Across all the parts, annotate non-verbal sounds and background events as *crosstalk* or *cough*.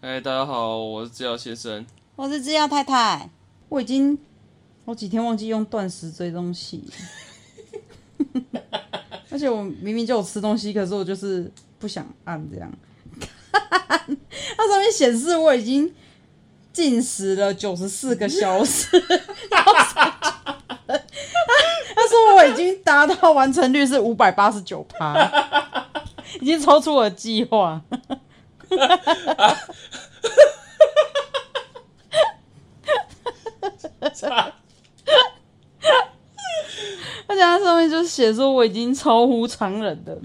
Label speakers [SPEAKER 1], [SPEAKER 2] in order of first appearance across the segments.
[SPEAKER 1] 嗨，哎大家好，我是制药先生。
[SPEAKER 2] 我是制药太太，我已经好几天忘记用断食追踪器了， *laughs* 而且我明明就有吃东西，可是我就是不想按这样。它上面显示我已经进食了九十四个小时，然后他说我已经达到完成率是五百八十九趴，已经超出我的计划。而且它上面就写说我已经超乎常人的。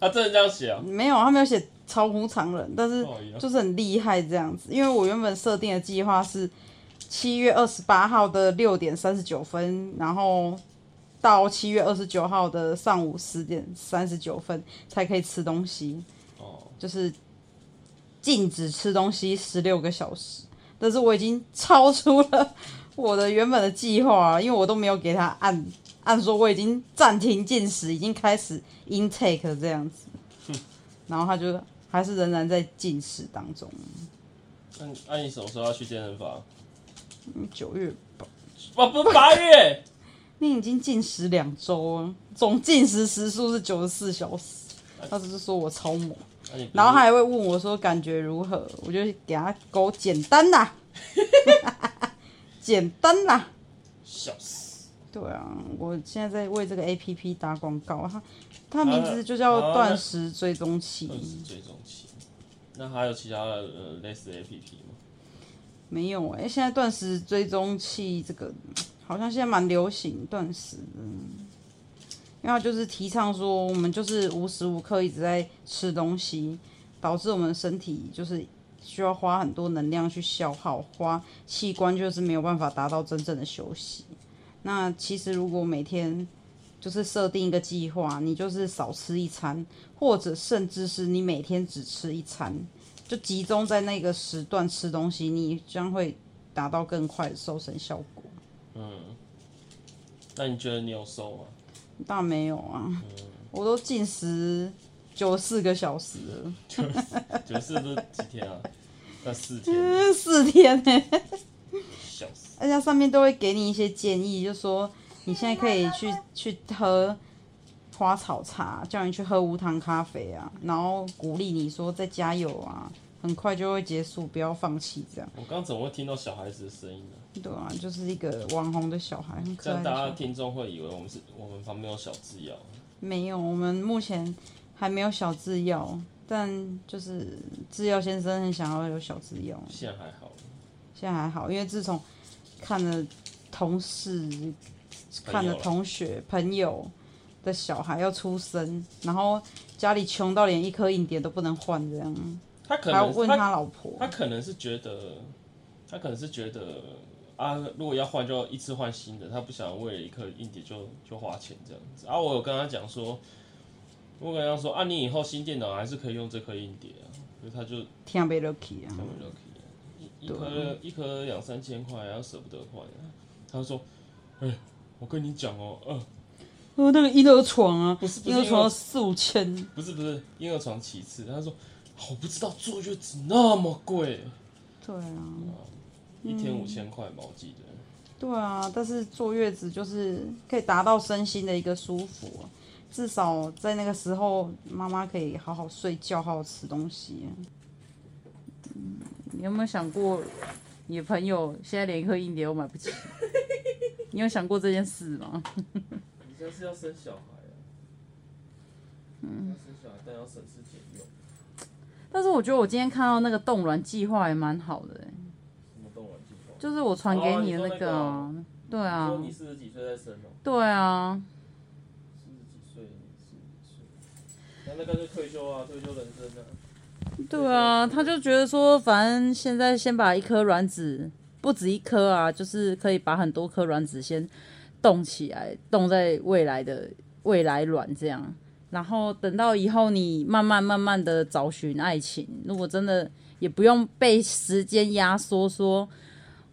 [SPEAKER 1] 他真的这样写啊？
[SPEAKER 2] 没有，他没有写超乎常人，但是
[SPEAKER 1] 哦一样
[SPEAKER 2] 就是很厉害这样子。因为我原本设定的计划是七月二十八号的六点三十九分，然后到七月二十九号的上午十点三十九分才可以吃东西，
[SPEAKER 1] 哦，
[SPEAKER 2] 就是禁止吃东西十六个小时。但是我已经超出了我的原本的计划了，因为我都没有给他按按说我已经暂停进食，已经开始 intake 这样子，然后他就还是仍然在进食当中，
[SPEAKER 1] 那你那你什么时候要去健身房？ *laughs*
[SPEAKER 2] 嗯九月吧，
[SPEAKER 1] 哇，不，八月。 *laughs*
[SPEAKER 2] 你已经进食两周了，总进食时数是九十四小时。他只是说我超猛，
[SPEAKER 1] 那你不是
[SPEAKER 2] 然后他还会问我说感觉如何，我就给他勾简单啦， *laughs* 简单啦。
[SPEAKER 1] 笑死。
[SPEAKER 2] 对啊，我现在在为这个 A P P 打广告，它它名字就叫断食追踪器
[SPEAKER 1] 二，十追踪期。那还有其他的呃类似的 APP 吗？
[SPEAKER 2] 没有哎、现在断食追踪器这个嗯好像现在蛮流行断食的，因为它就是提倡说我们就是无时无刻一直在吃东西，导致我们身体就是需要花很多能量去消耗，花器官就是没有办法达到真正的休息。那其实如果每天就是设定一个计划，你就是少吃一餐，或者甚至是你每天只吃一餐，就集中在那个时段吃东西，你将会达到更快的瘦身效果。
[SPEAKER 1] 嗯。那你觉得你有瘦吗？
[SPEAKER 2] *laughs* 当然没有啊，
[SPEAKER 1] 嗯
[SPEAKER 2] 我都进食九四个小时了，
[SPEAKER 1] 九四是几天啊？那四天。
[SPEAKER 2] 这四天呢、
[SPEAKER 1] 笑死。
[SPEAKER 2] 而且它上面都会给你一些建议，就说你现在可以去去喝花草茶，叫你去喝无糖咖啡啊，然后鼓励你说再加油啊，很快就会结束，不要放弃这样。
[SPEAKER 1] 我刚怎么会听到小孩子的声音呢？
[SPEAKER 2] 对啊，就是一个网红的小孩，很
[SPEAKER 1] 这
[SPEAKER 2] 可爱哦
[SPEAKER 1] 样
[SPEAKER 2] 的
[SPEAKER 1] 大
[SPEAKER 2] 小
[SPEAKER 1] 家
[SPEAKER 2] 孩。
[SPEAKER 1] 听众会以为我们是我们旁边有小制药。
[SPEAKER 2] 没有，我们目前还没有小制药，但就是制药先生很想要有小制药。
[SPEAKER 1] 现在还好，
[SPEAKER 2] 现在还好，因为自从看了同事、看
[SPEAKER 1] 朋友
[SPEAKER 2] 了
[SPEAKER 1] 啦
[SPEAKER 2] 同学、朋友的小孩要出生，然后家里穷到连一颗硬碟都不能换，这样
[SPEAKER 1] 他可
[SPEAKER 2] 还要
[SPEAKER 1] 能
[SPEAKER 2] 问
[SPEAKER 1] 他
[SPEAKER 2] 他老婆
[SPEAKER 1] 他。可能是觉得，他可能是觉得啊，如果要换就一次换新的，他不想为了一颗硬碟就就花钱这样子。啊，我有跟他讲说，我跟他说啊，你以后新电脑还是可以用这颗硬碟啊，所以他就
[SPEAKER 2] 听不 lucky 啊
[SPEAKER 1] 他，们就可以、啊，一一颗一颗两三千块，然后舍不得换、啊。他就说，哎、我跟你讲哦，呃，
[SPEAKER 2] 哦，那个婴儿床啊
[SPEAKER 1] 不是，不是
[SPEAKER 2] 婴儿
[SPEAKER 1] 婴儿
[SPEAKER 2] 床要四五千，
[SPEAKER 1] 不是不是，婴儿床其次。他说，我不知道坐月子那么贵，
[SPEAKER 2] 对啊，
[SPEAKER 1] 一天五千块嘛，我记得。
[SPEAKER 2] 对啊，但是坐月子就是可以达到身心的一个舒服啊、至少在那个时候，妈妈可以好好睡觉，好好吃东西啊、嗯，你有没有想过，你的朋友现在连一颗硬碟都买不起？ *laughs* 你有想过这件事吗？
[SPEAKER 1] 你这是要生小孩啊？嗯，要生小孩，但要省吃俭用，
[SPEAKER 2] 但是我觉得我今天看到那个冻卵计划也蛮好的欸、
[SPEAKER 1] 什么动完计划？
[SPEAKER 2] 就是我传给你的那个
[SPEAKER 1] 哦
[SPEAKER 2] 啊、对啊
[SPEAKER 1] 说，你四十几岁再生哦、
[SPEAKER 2] 对啊，
[SPEAKER 1] 四十几岁，四十几岁，那那干脆退休啊，退休人生啊。
[SPEAKER 2] 对啊，他就觉得说，反正现在先把一颗卵子，不止一颗啊，就是可以把很多颗卵子先冻起来，冻在未来的未来卵这样。然后等到以后你慢慢慢慢的找寻爱情，如果真的也不用被时间压缩，说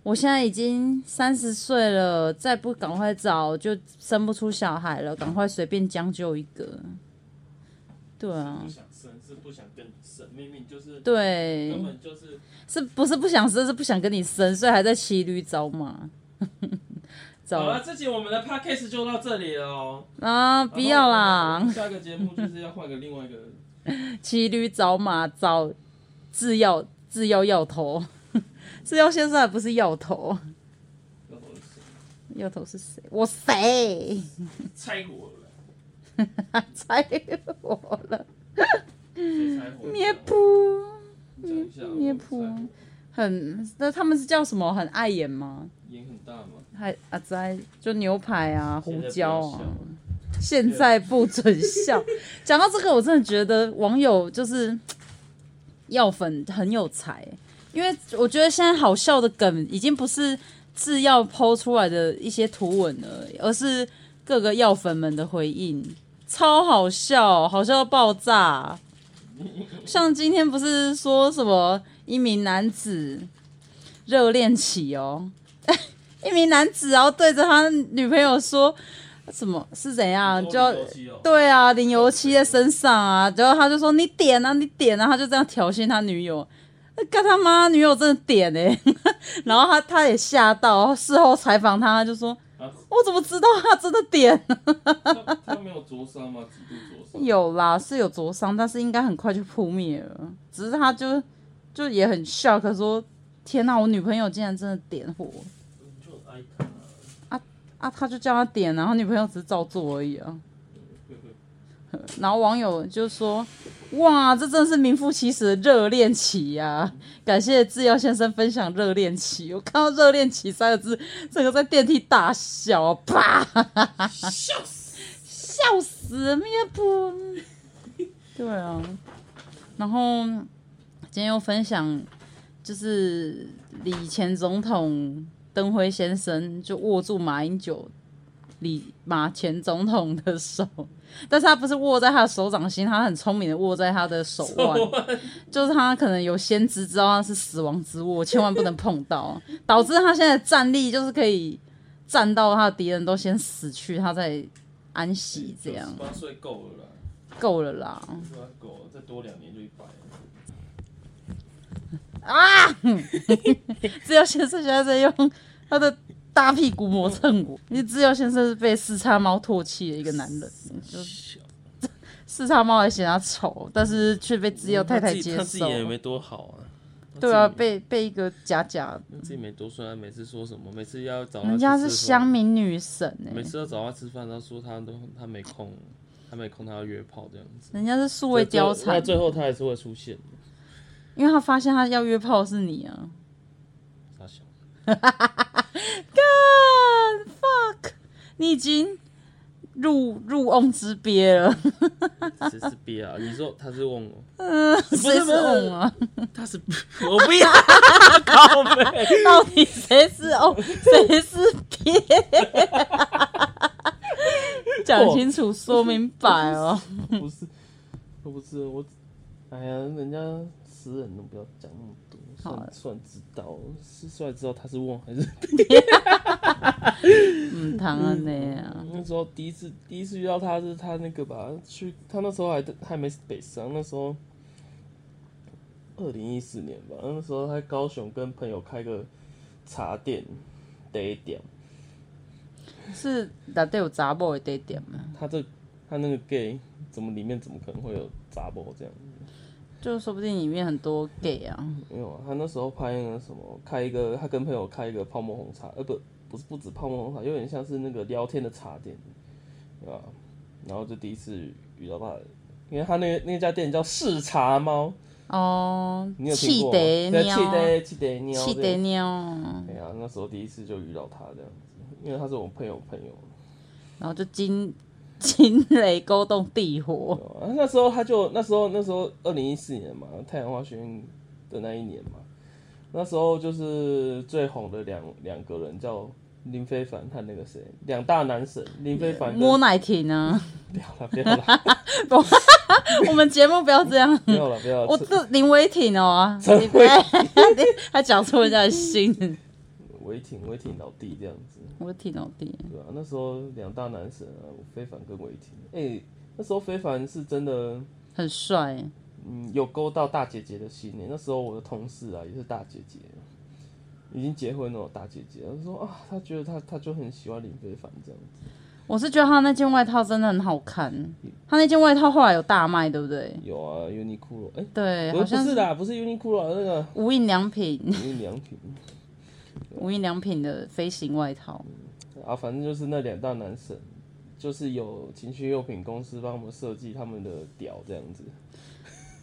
[SPEAKER 2] 我现在已经三十岁了，再不赶快找就生不出小孩了，赶快随便将就一个。对啊，
[SPEAKER 1] 想生是是不想跟你生，明明就是
[SPEAKER 3] 对
[SPEAKER 1] 根，本就是
[SPEAKER 3] 是不是不想生，是不想跟你生，所以还在骑驴找马。 *laughs*
[SPEAKER 1] 好
[SPEAKER 3] 找
[SPEAKER 1] 了，这集我们的 podcast 就到这里了哦。
[SPEAKER 3] 啊，不
[SPEAKER 1] 然后
[SPEAKER 3] 要
[SPEAKER 1] 我
[SPEAKER 3] 啦
[SPEAKER 1] 们，下个节目就是要换个另外一个，
[SPEAKER 3] 骑驴找马找制药制药药头， *laughs* 制药先生还不是药头，
[SPEAKER 1] 要不然
[SPEAKER 3] 药头是谁？我谁？ *laughs*
[SPEAKER 1] 拆火了，
[SPEAKER 3] 猜我了，
[SPEAKER 1] 谁拆火了？
[SPEAKER 3] 咩噗，
[SPEAKER 1] 讲一下，
[SPEAKER 3] 咩噗，很那他们是叫什么？很碍眼吗？
[SPEAKER 1] 眼很大吗？
[SPEAKER 3] 还啊在就牛排啊，胡椒啊
[SPEAKER 1] 现在不要笑。了
[SPEAKER 3] 现在不准笑。 *laughs* 讲到这个，我真的觉得网友就是药粉很有才，因为我觉得现在好笑的梗已经不是制药抛出来的一些图文了，而是各个药粉们的回应，超好笑，好笑到爆炸。像今天不是说什么一名男子热恋期哦， *laughs* 一名男子然后对着他女朋友说什么是怎样，啊就要
[SPEAKER 1] 多零油漆哦
[SPEAKER 3] 对啊，淋油漆在身上啊，然后他就说你点啊，你点啊，他就这样挑衅他女友。那干他妈，女友真的点哎、 *laughs* 然后他他也吓到，事后采访他，他就说
[SPEAKER 1] 啊，
[SPEAKER 3] 我怎么知道他真的点？
[SPEAKER 1] 他他没有灼伤吗？几度灼伤？
[SPEAKER 3] 有啦，是有灼伤，但是应该很快就扑灭了。只是他就就也很 shock，说天哪、我女朋友竟然真的点火
[SPEAKER 1] 就爱看啊，
[SPEAKER 3] 啊！他就叫他点，然后女朋友只是照做而已啊。
[SPEAKER 1] 会会
[SPEAKER 3] 然后网友就说：“哇，这真的是名副其实的热恋期呀、感谢制药先生分享热恋期，我看到“热恋期”三个字，整个在电梯大笑啊，啪，
[SPEAKER 1] 笑死。
[SPEAKER 3] 笑死，灭不。 *laughs* 对啊，然后今天又分享，就是李前总统登辉先生就握住马英九李马前总统的手，但是他不是握在他的手掌心，他很聪明的握在他的手腕，就是他可能有先知知道他是死亡之握，千万不能碰到，导致他现在的战力就是可以站到他的敌人都先死去，他再安息，这样
[SPEAKER 1] 十八岁够了啦，
[SPEAKER 3] 够了啦。
[SPEAKER 1] 十八够了，再多两年就一百了。
[SPEAKER 3] 自由先生现在在用他的大屁股磨蹭我。因为自由先生是被四叉猫唾弃的一个男人，就是四叉猫还嫌他丑，但是却被自由太太接
[SPEAKER 1] 他自己
[SPEAKER 3] 受。
[SPEAKER 1] 也没多好啊。
[SPEAKER 3] 对啊，
[SPEAKER 1] 他自己
[SPEAKER 3] 被被一个假假，
[SPEAKER 1] 他自己没多帅，他每次说什么，每次要找他
[SPEAKER 3] 人家
[SPEAKER 1] 吃
[SPEAKER 3] 是
[SPEAKER 1] 吃饭
[SPEAKER 3] 乡，民女神哎、
[SPEAKER 1] 每次要找他吃饭，他说他都他没空，他没空，他要约炮这样子。
[SPEAKER 3] 人家是数位貂
[SPEAKER 1] 那
[SPEAKER 3] 蝉，
[SPEAKER 1] 最后他还是会出现的，
[SPEAKER 3] 因为他发现他要约炮是你啊。
[SPEAKER 1] 傻笑。
[SPEAKER 3] God fuck！你已经入入瓮之鳖了，
[SPEAKER 1] 谁是 B 啊？你说他是瓮哦，
[SPEAKER 3] 谁是
[SPEAKER 1] 不是
[SPEAKER 3] 瓮啊？
[SPEAKER 1] 他是 *laughs* 我不要，靠背。
[SPEAKER 3] 到底谁是哦，谁是别？讲清楚，说明白哦。
[SPEAKER 1] *laughs* 不是，我不是我，哎呀，人家私人都不要讲那么多，
[SPEAKER 3] 好了
[SPEAKER 1] 算算知道，是算知道他是瓮还是？
[SPEAKER 3] 嗯，唐安内啊，
[SPEAKER 1] 那时候第一次第一次遇到他是他那个吧，去他那时候还还没北上，那时候二零一四年吧，那时候他在高雄跟朋友开个茶店，得点
[SPEAKER 3] 是哪对有杂某的地点吗？
[SPEAKER 1] 他这他那个 gay 怎么里面怎么可能会有杂包这样？
[SPEAKER 3] 就说不定里面很多 gay 啊，
[SPEAKER 1] 没有啊，他那时候拍那个什么，开一个他跟朋友开一个泡沫红茶，呃不不是不止泡沫红茶，有点像是那个聊天的茶店，对吧？然后就第一次遇到他，因为他那个那家店叫视茶猫。
[SPEAKER 3] 哦
[SPEAKER 1] 你，有听
[SPEAKER 3] 气
[SPEAKER 1] 过吗？对
[SPEAKER 3] 得喵，
[SPEAKER 1] 气得气得喵，
[SPEAKER 3] 气得尿，
[SPEAKER 1] 对啊，那时候第一次就遇到他这样子，因为他是我朋友朋友，
[SPEAKER 3] 然后就惊惊雷勾动地火，
[SPEAKER 1] 对啊那时候他就那时候那时候二零一四年嘛，太阳花学运的那一年嘛，那时候就是最红的两两个人叫林非凡和那个谁，两大男神林非凡跟
[SPEAKER 3] 摸奶瓶啊！
[SPEAKER 1] 不要了不要了
[SPEAKER 3] 我们节目不要
[SPEAKER 1] *laughs*
[SPEAKER 3] 这样，
[SPEAKER 1] 不要了不要
[SPEAKER 3] 我
[SPEAKER 1] 了，陈
[SPEAKER 3] 这林威挺哦，
[SPEAKER 1] 陈
[SPEAKER 3] 你
[SPEAKER 1] 伟
[SPEAKER 3] 还讲出人家的姓，
[SPEAKER 1] 韦挺韦挺老弟这样子，
[SPEAKER 3] 我挺老弟。
[SPEAKER 1] 对啊，那时候两大男神啊，非凡跟韦挺，哎、那时候非凡是真的。
[SPEAKER 3] 很帅，
[SPEAKER 1] 嗯，有勾到大姐姐的心呢。那时候我的同事啊，也是大姐姐，已经结婚了，大姐姐，她说啊，她觉得她她就很喜欢林非凡这样子。
[SPEAKER 3] 我是觉得他那件外套真的很好看，他那件外套后来有大卖，对不对？
[SPEAKER 1] 有啊，Uniqlo，哎、
[SPEAKER 3] 对，
[SPEAKER 1] 不
[SPEAKER 3] 好
[SPEAKER 1] 是不
[SPEAKER 3] 像
[SPEAKER 1] 是啦，不是 Uniqlo，那啊个
[SPEAKER 3] 无印良品，
[SPEAKER 1] 无印良品
[SPEAKER 3] 无印良品的飞行外套。
[SPEAKER 1] 啊，反正就是那两大男神，就是有情趣用品公司帮他们设计他们的屌这样子。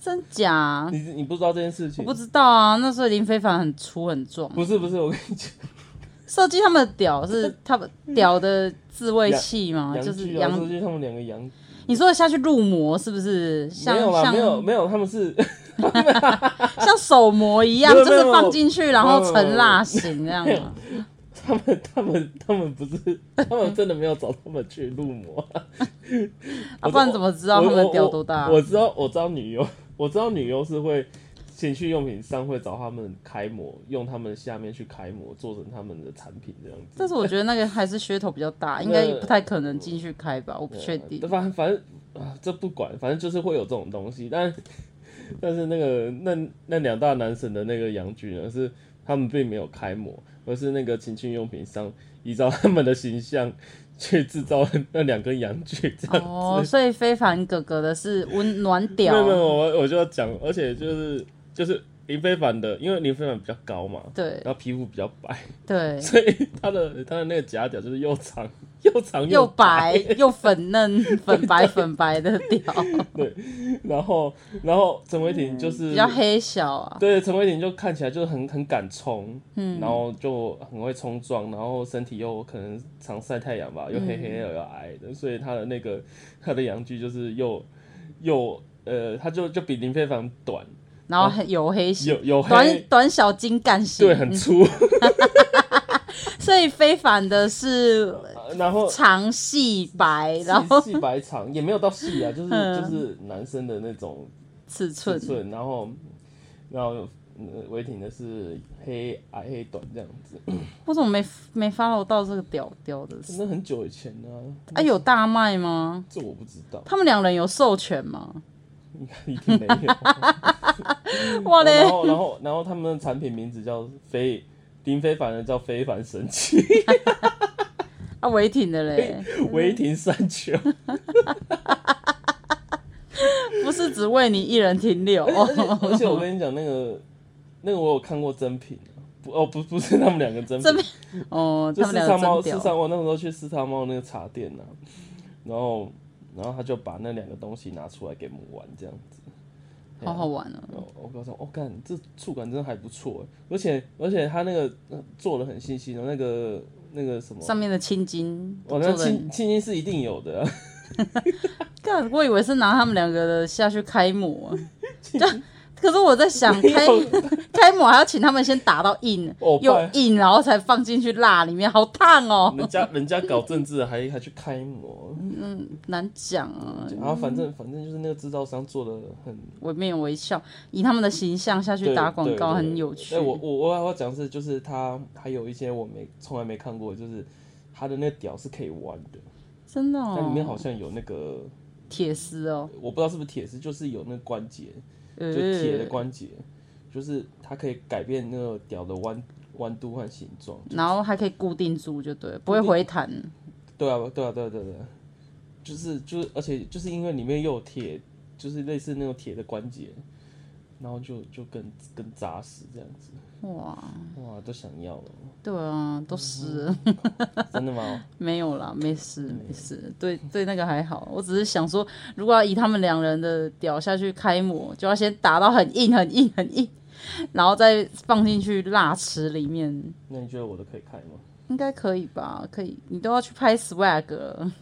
[SPEAKER 3] 真假？
[SPEAKER 1] 你你不知道这件事情？
[SPEAKER 3] 我不知道啊，那时候林非凡很粗很壮，
[SPEAKER 1] 不是不是，我跟你讲，
[SPEAKER 3] 设计他们的屌是他们屌的自慰器嘛，
[SPEAKER 1] 洋
[SPEAKER 3] 就是
[SPEAKER 1] 剧啊，
[SPEAKER 3] 羊
[SPEAKER 1] 说。就是他们两个洋，
[SPEAKER 3] 你说的下去入魔是不是？像
[SPEAKER 1] 没有啦，
[SPEAKER 3] 像
[SPEAKER 1] 没有没有，他们是
[SPEAKER 3] *laughs* 像手模一样，
[SPEAKER 1] 没有
[SPEAKER 3] 就是
[SPEAKER 1] 没有
[SPEAKER 3] 放进去然后
[SPEAKER 1] 没有
[SPEAKER 3] 成蜡型这样吗？
[SPEAKER 1] 他们他们他们不
[SPEAKER 3] *laughs*
[SPEAKER 1] 是，他们真的没有找他们去入魔。
[SPEAKER 3] 啊，不然怎么知道
[SPEAKER 1] 我
[SPEAKER 3] 他们的
[SPEAKER 1] 我
[SPEAKER 3] 屌
[SPEAKER 1] 我
[SPEAKER 3] 多大？啊
[SPEAKER 1] 我知道，我知道女优，我知道女优是会情趣用品商会找他们开模，用他们下面去开模，做成他们的产品这样子。
[SPEAKER 3] 但是我觉得那个还是噱头比较
[SPEAKER 1] *laughs*
[SPEAKER 3] 大，应该不太可能进去开吧，我不确定
[SPEAKER 1] 对。啊反反正啊，这不管，反正就是会有这种东西。但但是那个那那两大男神的那个洋剧呢，是他们并没有开模，而是那个情趣用品商依照他们的形象去制造那两根洋具这样子。
[SPEAKER 3] 哦，所以非凡哥哥的是温暖屌
[SPEAKER 1] 没有没有，，我我就要讲，而且就是就是林非凡的，因为林非凡比较高嘛，
[SPEAKER 3] 对
[SPEAKER 1] 然后皮肤比较白，
[SPEAKER 3] 对，
[SPEAKER 1] 所以他的他的那个假屌就是又长又长
[SPEAKER 3] 又白
[SPEAKER 1] 白，
[SPEAKER 3] 又粉嫩， *laughs* 粉白粉白的
[SPEAKER 1] *laughs*
[SPEAKER 3] 屌，
[SPEAKER 1] 然后然后陈伟霆就是、
[SPEAKER 3] 嗯比较黑小啊。
[SPEAKER 1] 对，陈伟霆就看起来就是很很敢冲，嗯，然后就很会冲撞，然后身体又可能常晒太阳吧，又
[SPEAKER 3] 嗯
[SPEAKER 1] 黑黑的又矮的，所以他的那个他的阳具就是又又呃，他就就比林非凡短，
[SPEAKER 3] 然后有黑型，
[SPEAKER 1] 有哦有
[SPEAKER 3] 短
[SPEAKER 1] 黑，
[SPEAKER 3] 短小精干型，
[SPEAKER 1] 对，很粗，
[SPEAKER 3] 所以非凡的是
[SPEAKER 1] 然后
[SPEAKER 3] 长细白，然后
[SPEAKER 1] 细细白长也没有到细啊，就是
[SPEAKER 3] 嗯
[SPEAKER 1] 就是男生的那种
[SPEAKER 3] 尺
[SPEAKER 1] 尺
[SPEAKER 3] 寸，
[SPEAKER 1] 寸，然后然后呃违停的是黑矮黑短这样子，
[SPEAKER 3] 我怎么没没 follow 到这个屌屌的？
[SPEAKER 1] 那很久以前呢、
[SPEAKER 3] 啊，有大卖吗？
[SPEAKER 1] 这我不知道，
[SPEAKER 3] 他们两人有授权吗？
[SPEAKER 1] 应该一定没
[SPEAKER 3] *laughs*
[SPEAKER 1] 有。嗯
[SPEAKER 3] 哇嘞
[SPEAKER 1] 然！后然后然后他们的产品名字叫非林非凡的叫非凡神器，
[SPEAKER 3] 啊，违停的
[SPEAKER 1] *laughs*
[SPEAKER 3] 嘞，
[SPEAKER 1] 违停三球，
[SPEAKER 3] 不是只为你一人停留。哦
[SPEAKER 1] *laughs* 而且我跟你讲那个那个我有看过真品。不哦，不不是他们两个真
[SPEAKER 3] 真
[SPEAKER 1] 品，
[SPEAKER 3] 哦，
[SPEAKER 1] 就
[SPEAKER 3] 他
[SPEAKER 1] 四
[SPEAKER 3] 们两个
[SPEAKER 1] 叉猫，
[SPEAKER 3] 真
[SPEAKER 1] 四
[SPEAKER 3] 屌。
[SPEAKER 1] 叉猫那时候去四叉猫那个茶店呐、然后然后他就把那两个东西拿出来给我们玩，这样子，
[SPEAKER 3] 好好玩哦、
[SPEAKER 1] 哦，我告诉我，哦，干，这触感真的还不错欸，而且而且他那个、呃做的很细心的，那个那个什么，
[SPEAKER 3] 上面的青筋
[SPEAKER 1] 哦，
[SPEAKER 3] 做
[SPEAKER 1] 那
[SPEAKER 3] 的，
[SPEAKER 1] 青青筋是一定有
[SPEAKER 3] *laughs*
[SPEAKER 1] 的啊、
[SPEAKER 3] 干，我以为是拿他们两个的下去开模、
[SPEAKER 1] *laughs*
[SPEAKER 3] 这样可是我在想，开开模还要请他们先打到硬
[SPEAKER 1] 哦，
[SPEAKER 3] 又
[SPEAKER 1] 拜
[SPEAKER 3] 硬，然后才放进去蜡里面，好烫哦、
[SPEAKER 1] 人家人家搞政治的还还去开模，
[SPEAKER 3] 难讲啊，
[SPEAKER 1] 然后反正反正就是那个制造商做的很
[SPEAKER 3] 惟面惟肖，以他们的形象下去
[SPEAKER 1] 对
[SPEAKER 3] 打广
[SPEAKER 1] 对
[SPEAKER 3] 告
[SPEAKER 1] 对
[SPEAKER 3] 很有趣
[SPEAKER 1] 哎，。我我我我要讲的是，就是他还有一些我没从来没看过，就是他的那个屌是可以弯的，
[SPEAKER 3] 真的
[SPEAKER 1] 它里面好
[SPEAKER 3] 哦，
[SPEAKER 1] 像有那个
[SPEAKER 3] 铁丝哦，
[SPEAKER 1] 我不知道是不是铁丝，就是有那个关节，
[SPEAKER 3] 呃
[SPEAKER 1] 就铁的关节，就是它可以改变那个屌的弯弯度和形状。
[SPEAKER 3] 然后还可以固定住，就对了，不会回弹。
[SPEAKER 1] 对啊，对啊，对啊，对啊，对啊，就是就是，而且就是因为里面又有铁，就是类似那种铁的关节，然后就就更更扎实这样子。
[SPEAKER 3] 哇，
[SPEAKER 1] 哇，都想要了，
[SPEAKER 3] 对啊，都湿了，
[SPEAKER 1] 真的吗？
[SPEAKER 3] 没有啦，没事没事，对对，那个还好。我只是想说，如果要以他们两人的屌下去开模，就要先打到很硬很硬很硬，然后再放进去辣池里面，
[SPEAKER 1] 那你觉得我的可以开吗？
[SPEAKER 3] 应该可以吧？可以，你都要去拍 swag 了，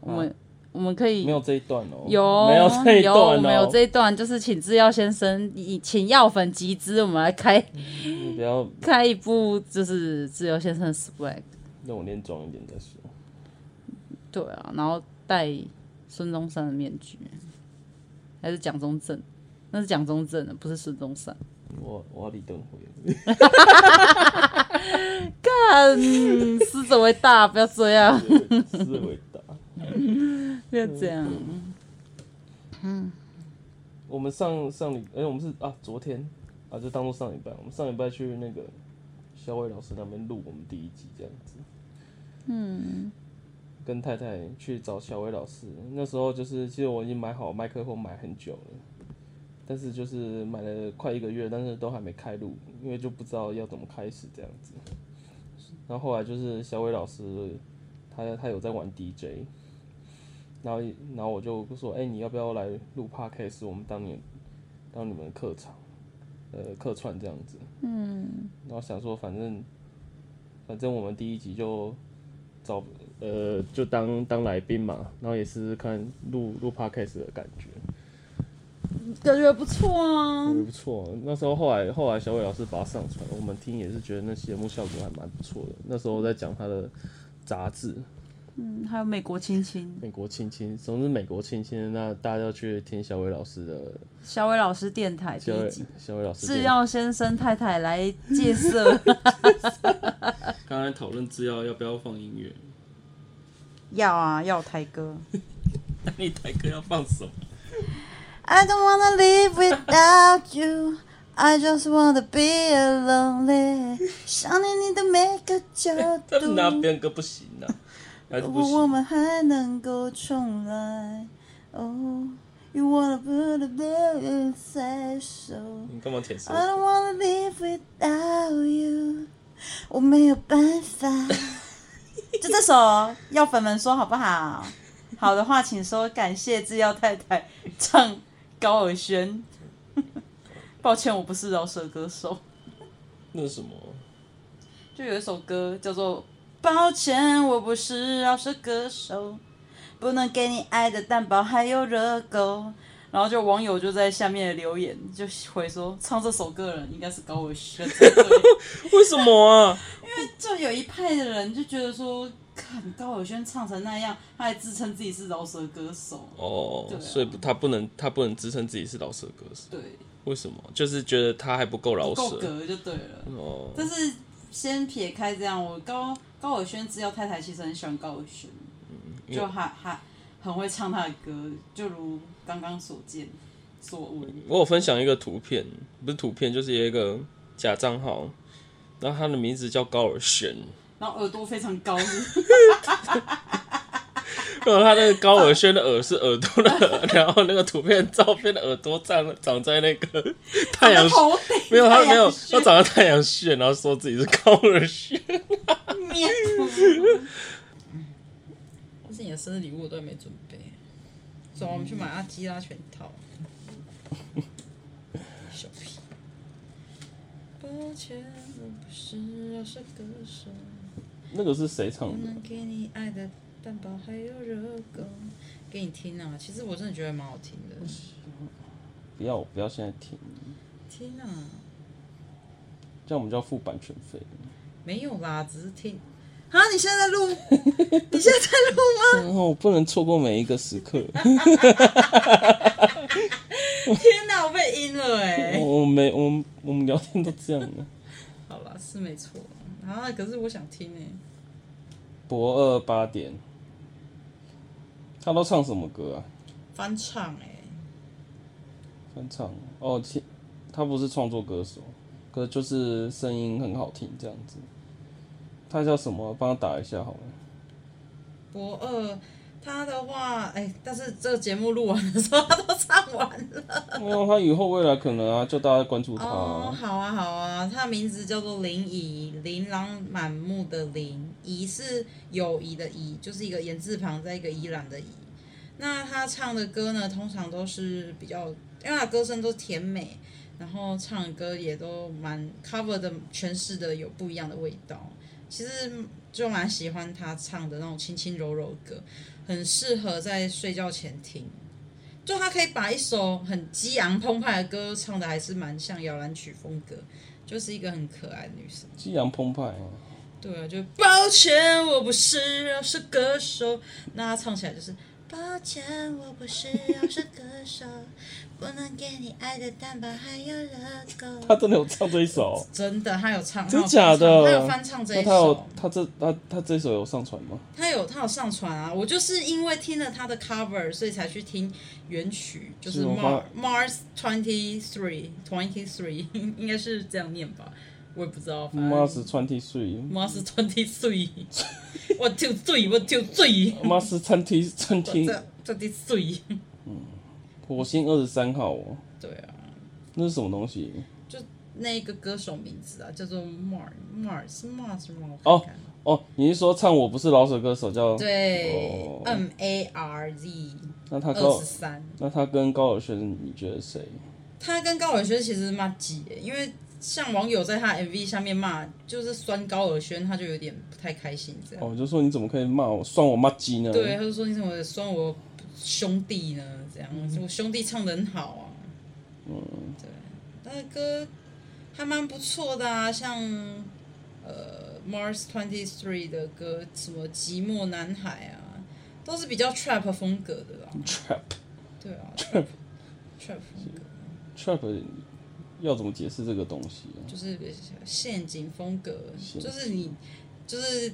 [SPEAKER 3] 我我们、我们可以
[SPEAKER 1] 啊没有这一段哦，*laughs*
[SPEAKER 3] 有
[SPEAKER 1] 没有这一
[SPEAKER 3] 有
[SPEAKER 1] 段
[SPEAKER 3] 我们有
[SPEAKER 1] 哦
[SPEAKER 3] 这，一段，就是请制药先生，以请药粉集资，我们来开
[SPEAKER 1] 你嗯不要
[SPEAKER 3] 开一部，就是制药先生的 swag，
[SPEAKER 1] 让我练壮一点再说。
[SPEAKER 3] 对啊，然后戴孙中山的面具，还是蒋中正？那是蒋中正的，不是孙中山。
[SPEAKER 1] 我我要李登辉，
[SPEAKER 3] 嗯，死者为大，不要这样，
[SPEAKER 1] *laughs* 思维大。
[SPEAKER 3] 不要这样。嗯，
[SPEAKER 1] 我们上上礼，哎、我们是啊，昨天啊，就当做上礼拜，我们上礼拜去那个小伟老师那边录我们第一集这样子。
[SPEAKER 3] 嗯，
[SPEAKER 1] 跟太太去找小薇老师。那时候就是，其实我已经买好麦克风，买很久了，但是就是买了快一个月，但是都还没开录，因为就不知道要怎么开始这样子。然后后来就是小伟老师，他他有在玩 DJ，然后然后我就说，哎、你要不要来录 podcast？我们当你当你们的客场，呃，客串这样子。嗯。然后想说，反正反正我们第一集就找呃，就当当来宾嘛，然后也试试看录录 podcast 的感觉，
[SPEAKER 3] 感觉不错啊。
[SPEAKER 1] 也不错。那时候后来后来小伟老师把它上传，我们听也是觉得那节目效果还蛮不错的。那时候在讲他的杂志《
[SPEAKER 3] 嗯，还有美国亲 *laughs* 亲，
[SPEAKER 1] 美国亲亲》，总之美国亲亲，那大家要去听小伟老师的
[SPEAKER 3] 小伟老师电台第
[SPEAKER 1] 小
[SPEAKER 3] 一
[SPEAKER 1] 伟
[SPEAKER 3] 集，
[SPEAKER 1] 小伟老师
[SPEAKER 3] 制
[SPEAKER 1] 电。
[SPEAKER 3] 药先生太太来
[SPEAKER 2] *laughs*
[SPEAKER 3] 戒 *laughs* 色，
[SPEAKER 4] 刚才讨论制药要不要放音乐，
[SPEAKER 5] 要啊，要台歌。
[SPEAKER 4] 那你台歌要放什么？
[SPEAKER 3] I don't wanna live without you. I just wanna
[SPEAKER 2] *laughs*
[SPEAKER 3] be alone. 想念你的每个角
[SPEAKER 1] 他们拿别人歌不行
[SPEAKER 4] *laughs*
[SPEAKER 1] 啊，还是不
[SPEAKER 3] 如果我
[SPEAKER 1] 行。
[SPEAKER 3] 们还能够重来。哦、y o u wanna put the love inside so
[SPEAKER 1] 你干嘛舔舌
[SPEAKER 4] 啊
[SPEAKER 3] I don't wanna live without you。我没有办
[SPEAKER 1] *laughs*
[SPEAKER 3] 法。就这首要粉们说好不好？好的话，请说感谢制药太太唱高尔宣。 *laughs* 抱歉，我不是饶舌歌手。
[SPEAKER 1] 那是什么？
[SPEAKER 3] 就有一首歌叫做《抱歉，我不是饶舌歌手，不能给你爱的蛋堡还有热狗》。然后就网友就在下面留言，就回说唱这首歌的人应该是高伟轩才对。
[SPEAKER 1] 为什么啊？
[SPEAKER 3] 就有一派的人就觉得说，看高伟轩唱成那样，他还自称自己是饶舌歌手。
[SPEAKER 1] *laughs* 哦
[SPEAKER 3] 对，啊
[SPEAKER 1] 所以不他不能他不能支撑自己是老舌歌手，
[SPEAKER 3] 对，
[SPEAKER 1] 为什么？就是觉得他还不够老
[SPEAKER 3] 够
[SPEAKER 1] 舌。
[SPEAKER 3] 格就对了。
[SPEAKER 1] 哦，
[SPEAKER 3] 但是先撇开这样，我高高尔宣制药太太其实很喜欢高尔宣，
[SPEAKER 1] 因
[SPEAKER 3] 就还还很会唱他的歌，就如刚刚所见所闻。
[SPEAKER 1] 我有分享一个图片，不是图片，就是有一个假账号，然后他的名字叫高尔宣，
[SPEAKER 3] 然后耳朵非常高，是
[SPEAKER 1] *laughs* 然后他那个高尔宣的耳是耳朵的耳，然后那个图片照片的耳朵长长在那个太阳
[SPEAKER 3] 头顶
[SPEAKER 1] 没有他没有他
[SPEAKER 3] 我
[SPEAKER 1] 长在太阳穴，然后说自己是高尔宣，
[SPEAKER 3] 面
[SPEAKER 2] *laughs* 但是你的生日礼物我都还没准备，走啊，我们去买阿基拉全套。小屁。抱歉，我不是饶舌歌手，
[SPEAKER 1] 那个是谁唱
[SPEAKER 2] 不
[SPEAKER 1] 的？
[SPEAKER 2] 能给你爱的蛋堡还有热狗。给你听啊，其实我真的觉得蛮好听的。
[SPEAKER 1] 不要不要现在听，
[SPEAKER 2] 听啊，
[SPEAKER 1] 这样我们就要付版权费。
[SPEAKER 2] 没有啦，只是听。啊，你现在在 *laughs* 录？你现在在录 *laughs* 吗？
[SPEAKER 1] 然后我哦不能错过每一个时刻，
[SPEAKER 2] 天哪，我被阴了哎、
[SPEAKER 1] 我我没我们我们聊天都这样了。
[SPEAKER 2] 好啦，是没错啊，可是我想听哎、
[SPEAKER 1] 博二八点，他都唱什么歌啊？
[SPEAKER 2] 翻唱哎、
[SPEAKER 1] 翻唱哦，其他不是创作歌手，可是就是声音很好听这样子。他叫什么？帮他打一下好了。
[SPEAKER 2] 博二，他的话，哎、但是这个节目录完的时候，他都唱完了。
[SPEAKER 1] 没有，他以后未来可能啊，就大家关注他、
[SPEAKER 2] 哦，好啊，好啊，他的名字叫做林怡，琳琅满目的琳，怡是友谊的怡，就是一个言字旁在一个怡然的怡。那他唱的歌呢，通常都是比较，因为他的歌声都甜美，然后唱的歌也都蛮 cover 的，诠释的有不一样的味道。其实就蛮喜欢他唱的那种轻轻柔柔的歌，很适合在睡觉前听。就他可以把一首很激昂澎湃的歌唱的还是蛮像摇篮曲风格，就是一个很可爱的女生。
[SPEAKER 1] *laughs* 激昂澎湃、啊，
[SPEAKER 2] 对啊，就抱歉我不是饶舌歌手，那她唱起来就是抱歉，我不是饶舌歌手，不能给你爱的蛋堡还有热狗。
[SPEAKER 1] 他真的有唱这一
[SPEAKER 2] *laughs*
[SPEAKER 1] 首？
[SPEAKER 2] 真的，他有唱，
[SPEAKER 1] 真
[SPEAKER 2] 他有
[SPEAKER 1] 假的
[SPEAKER 2] 翻唱他有翻唱这
[SPEAKER 1] 那
[SPEAKER 2] 一
[SPEAKER 1] 他有
[SPEAKER 2] 首，
[SPEAKER 1] 他这他他这一首有上传吗？
[SPEAKER 2] 他有他有上传啊。我就是因为听了他的 cover，所以才去听原曲，就是
[SPEAKER 1] 是我
[SPEAKER 2] Mar
[SPEAKER 1] 发
[SPEAKER 2] Mars Twenty *laughs* Three Twenty Three，应该是这样念吧，我也不知道。反
[SPEAKER 1] 妈
[SPEAKER 2] 正
[SPEAKER 1] 是 twenty three，
[SPEAKER 2] Mars Twenty Three，我就醉，我就醉，
[SPEAKER 1] *laughs* 妈是 twenty
[SPEAKER 2] 这
[SPEAKER 1] twenty，
[SPEAKER 2] 这得醉。
[SPEAKER 1] *laughs* 火星二十三号哦，
[SPEAKER 2] 对啊，
[SPEAKER 1] 那是什么东西？
[SPEAKER 2] 就那个歌手名字啊，叫做 Mars Mars Mars 吗？
[SPEAKER 1] 哦哦，你是说唱我不是老手歌手叫？
[SPEAKER 2] 对
[SPEAKER 1] 哦
[SPEAKER 2] ，M A R Z
[SPEAKER 1] 那他
[SPEAKER 2] 二
[SPEAKER 1] 高
[SPEAKER 2] 十三，
[SPEAKER 1] 那他跟高尔轩，你觉得谁？
[SPEAKER 2] 他跟高尔宣其实骂挤耶，因为像网友在他 MV 下面骂，就是酸高尔宣，他就有点不太开心这样。
[SPEAKER 1] 哦，我就说你怎么可以骂我，算我妈鸡呢？
[SPEAKER 2] 对，，他就说你怎么酸我兄弟呢？这样，我兄弟唱的很好啊。嗯，对，他的歌还蛮不错的啊，像呃 Mars Twenty Three 的歌，什么寂寞男孩啊，都是比较 trap 风格的啦。
[SPEAKER 1] trap
[SPEAKER 2] 对啊，trap trap 风格
[SPEAKER 1] trap 要怎么解释这个东西啊？
[SPEAKER 2] 就是陷阱风格，
[SPEAKER 1] 陷
[SPEAKER 2] 就是你就是。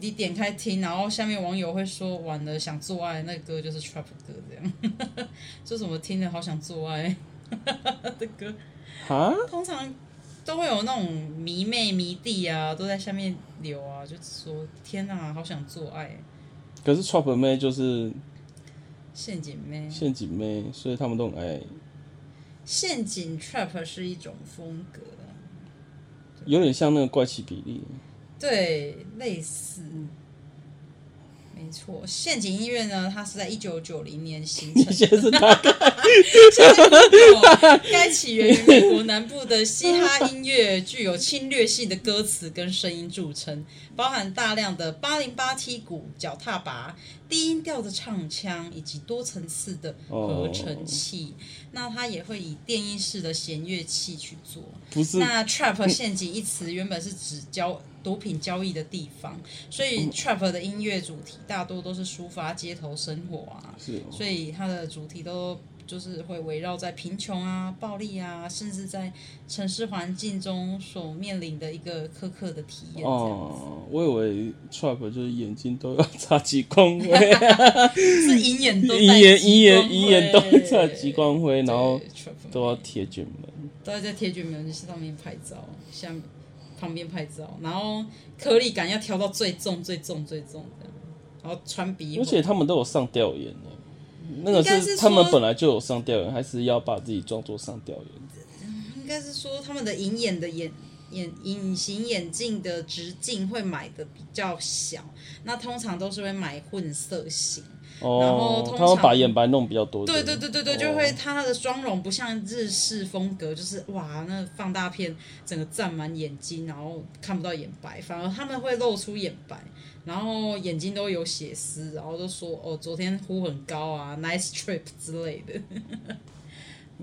[SPEAKER 2] 你点开听，然后下面网友会说完了想做爱，那个歌就是 trap 歌这样， *laughs* 就什么听了好想做爱的歌，
[SPEAKER 1] 哈？
[SPEAKER 2] 通常都会有那种迷妹迷弟啊，都在下面留啊，就说天哪、好想做爱，
[SPEAKER 1] 可是 trap 妹就是
[SPEAKER 2] 陷阱妹，
[SPEAKER 1] 陷阱妹，所以他们都很爱，
[SPEAKER 2] 陷阱 trap 是一种风格，啊
[SPEAKER 1] 有点像那个怪奇比利。 *laughs*
[SPEAKER 2] 对，类似。没错，陷阱音乐呢，它是在一九九零年形成的。
[SPEAKER 1] 现在是他
[SPEAKER 2] *laughs* 该起源于美国南部的嘻哈音乐，具有侵略性的歌词跟声音著称，包含大量的八零八踢鼓、脚踏拔、低音调的唱腔以及多层次的
[SPEAKER 1] 哦
[SPEAKER 2] 合成器。那它也会以电音式的弦乐器去做。
[SPEAKER 1] 不是嗯
[SPEAKER 2] 那 trap 陷阱一词原本是指交毒品交易的地方，所以
[SPEAKER 1] 嗯
[SPEAKER 2] trap 的音乐主题大多都是抒发街头生活啊，
[SPEAKER 1] 是哦
[SPEAKER 2] 所以它的主题都就是会围绕在贫穷啊、暴力啊，甚至在城市环境中所面临的一个苛刻的体验。这
[SPEAKER 1] 哦，我以为 trap 就是眼睛都要擦激光
[SPEAKER 2] *laughs*
[SPEAKER 1] 灰，
[SPEAKER 2] 样子是银眼都
[SPEAKER 1] 一
[SPEAKER 2] 带
[SPEAKER 1] 眼一
[SPEAKER 2] 激
[SPEAKER 1] *laughs*
[SPEAKER 2] 光
[SPEAKER 1] 眼一眼都
[SPEAKER 2] 会
[SPEAKER 1] 会擦激光灰，然后
[SPEAKER 2] 对 trap
[SPEAKER 1] 都要贴卷门。
[SPEAKER 2] 都在铁卷门上面拍照，下面旁边拍照，然后颗粒感要调到最重、最重、最重这样，然后穿鼻
[SPEAKER 1] 而
[SPEAKER 2] 环，
[SPEAKER 1] 且他们都有上吊眼呢，那个
[SPEAKER 2] 应该
[SPEAKER 1] 是
[SPEAKER 2] 是
[SPEAKER 1] 他们
[SPEAKER 2] 说
[SPEAKER 1] 本来就有上吊眼，还是要把自己装作上吊眼？
[SPEAKER 2] 应该是说他们的隐眼的眼眼隐形眼镜的直径会买的比较小，那通常都是会买混色型。然后
[SPEAKER 1] 哦
[SPEAKER 2] 通，
[SPEAKER 1] 他们把
[SPEAKER 2] 常
[SPEAKER 1] 眼白弄比较多。不
[SPEAKER 2] 对
[SPEAKER 1] 哦
[SPEAKER 2] 对对对对，就会他的妆容不像日式风格，就是哇，那放大片整个占满眼睛，然后看不到眼白，反而他们会露出眼白，然后眼睛都有血丝，然后都说哦，昨天呼很高啊，nice trip 之类的。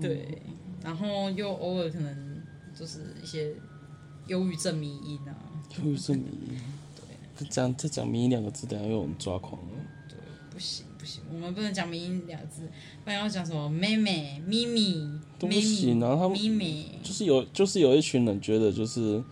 [SPEAKER 2] 对，
[SPEAKER 1] 嗯
[SPEAKER 2] 然后又偶尔可能就是一些忧郁症迷因啊，
[SPEAKER 1] 又是迷。对，讲再讲迷两个字，等下又有人抓狂了。
[SPEAKER 2] 不行不行，我们不能讲迷因两个字，不然要讲什么妹妹、咪咪、
[SPEAKER 1] 都不
[SPEAKER 2] 妹
[SPEAKER 1] 行啊他们
[SPEAKER 2] 咪咪。
[SPEAKER 1] 就是有，就是有一群人觉得，就是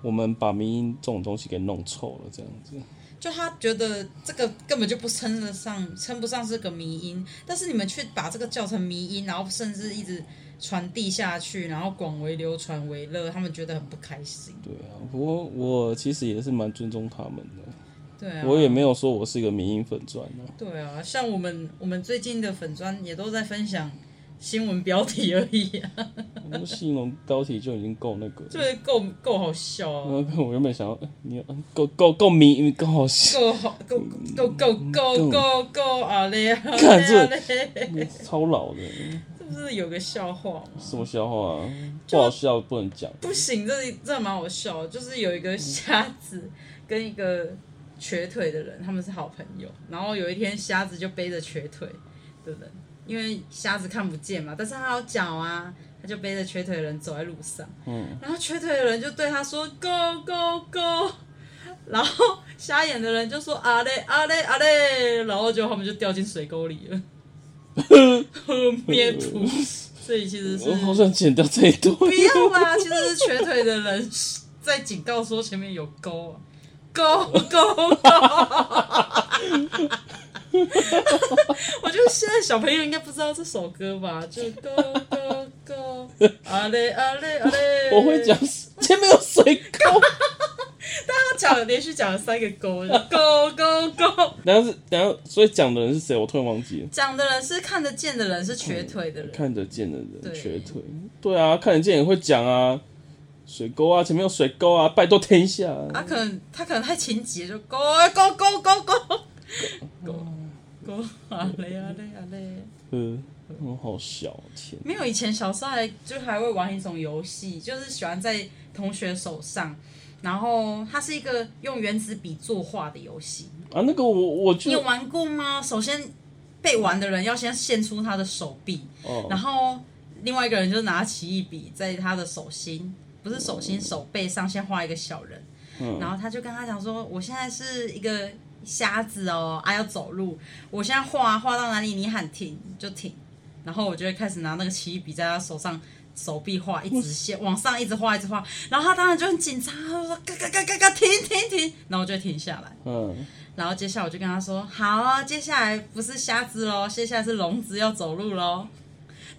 [SPEAKER 1] 我们把迷音这种东西给弄臭了，这样子。
[SPEAKER 2] 就他觉得这个根本就不称得上，称不上是个迷因，但是你们却把这个叫成迷因，然后甚至一直传递下去，然后广为流传为乐，他们觉得很不开心。
[SPEAKER 1] 对啊，不过我其实也是蛮尊重他们的，
[SPEAKER 2] 对啊，
[SPEAKER 1] 我也没有说我是一个迷音粉钻啊。
[SPEAKER 2] 对啊，像我们我们最近的粉砖也都在分享新闻标题而已、啊，
[SPEAKER 1] 我们形容标题就已经够那个了。
[SPEAKER 2] 这个够够好笑啊！
[SPEAKER 1] 然 *laughs* 后我原本想要，你够够够迷音，够好笑，
[SPEAKER 2] 够好，够够够够够够啊嘞啊
[SPEAKER 1] 看
[SPEAKER 2] 嘞
[SPEAKER 1] 这
[SPEAKER 2] 啊嘞！
[SPEAKER 1] 超老的，
[SPEAKER 2] 这不是有个笑话吗？
[SPEAKER 1] 什么笑话啊？不好笑不能讲。
[SPEAKER 2] 不行，这这蛮好笑的，就是有一个瞎子跟一个瘸腿的人，他们是好朋友。然后有一天，瞎子就背着瘸腿的人，因为瞎子看不见嘛，但是他有脚啊，他就背着瘸腿的人走在路上。嗯，然后瘸腿的人就对他说：“Go *laughs* go go！” 然后瞎眼的人就说啊嘞啊嘞啊嘞，然后就他们就掉进水沟里了，喝 *laughs* 面谱。所以其实是
[SPEAKER 1] 我哦好想剪掉这一段。
[SPEAKER 2] 不要啦， *laughs* 其实是瘸腿的人在警告说前面有沟啊，沟沟沟。 *laughs* 我觉得现在小朋友应该不知道这首歌吧？就沟沟沟，啊嘞啊嘞啊嘞。
[SPEAKER 1] 我会讲，前面有水沟。
[SPEAKER 2] 他讲了连续讲了三个沟，沟沟沟。
[SPEAKER 1] 然后是，然后所以讲的人是谁？我突然忘记了。
[SPEAKER 2] 讲的人是看得见的人，是瘸腿的人。
[SPEAKER 1] 看得见的人
[SPEAKER 2] 对
[SPEAKER 1] 瘸腿，对啊，看得见也会讲啊，水沟啊，前面有水沟啊，拜托天下、
[SPEAKER 2] 他
[SPEAKER 1] 啊。
[SPEAKER 2] 可能他可能太情急，就勾勾勾勾勾
[SPEAKER 1] 哦
[SPEAKER 2] 勾勾啊嘞啊嘞啊嘞！
[SPEAKER 1] 嗯，我好小，天，
[SPEAKER 2] 没有以前小时候还就还会玩一种游戏，就是喜欢在同学手上，然后它是一个用原子笔作画的游戏。
[SPEAKER 1] 啊，那个我我
[SPEAKER 2] 你
[SPEAKER 1] 就
[SPEAKER 2] 有玩过吗？首先被玩的人要先献出他的手臂，
[SPEAKER 1] 哦
[SPEAKER 2] 然后另外一个人就拿奇异笔在他的手心，不是手心手背上先画一个小人，然后他就跟他讲说，我现在是一个瞎子哦，啊要走路，我现在画画到哪里你喊停就停，然后我就会开始拿那个奇异笔在他手上。手臂画一直线往上，一直画，一直画，然后他当然就很紧张，他就说嘎嘎嘎嘎嘎停停停，然后我就会停下来，
[SPEAKER 1] 嗯，
[SPEAKER 2] 然后接下来我就跟他说：“好啊，接下来不是瞎子喽，接下来是聋子要走路喽。”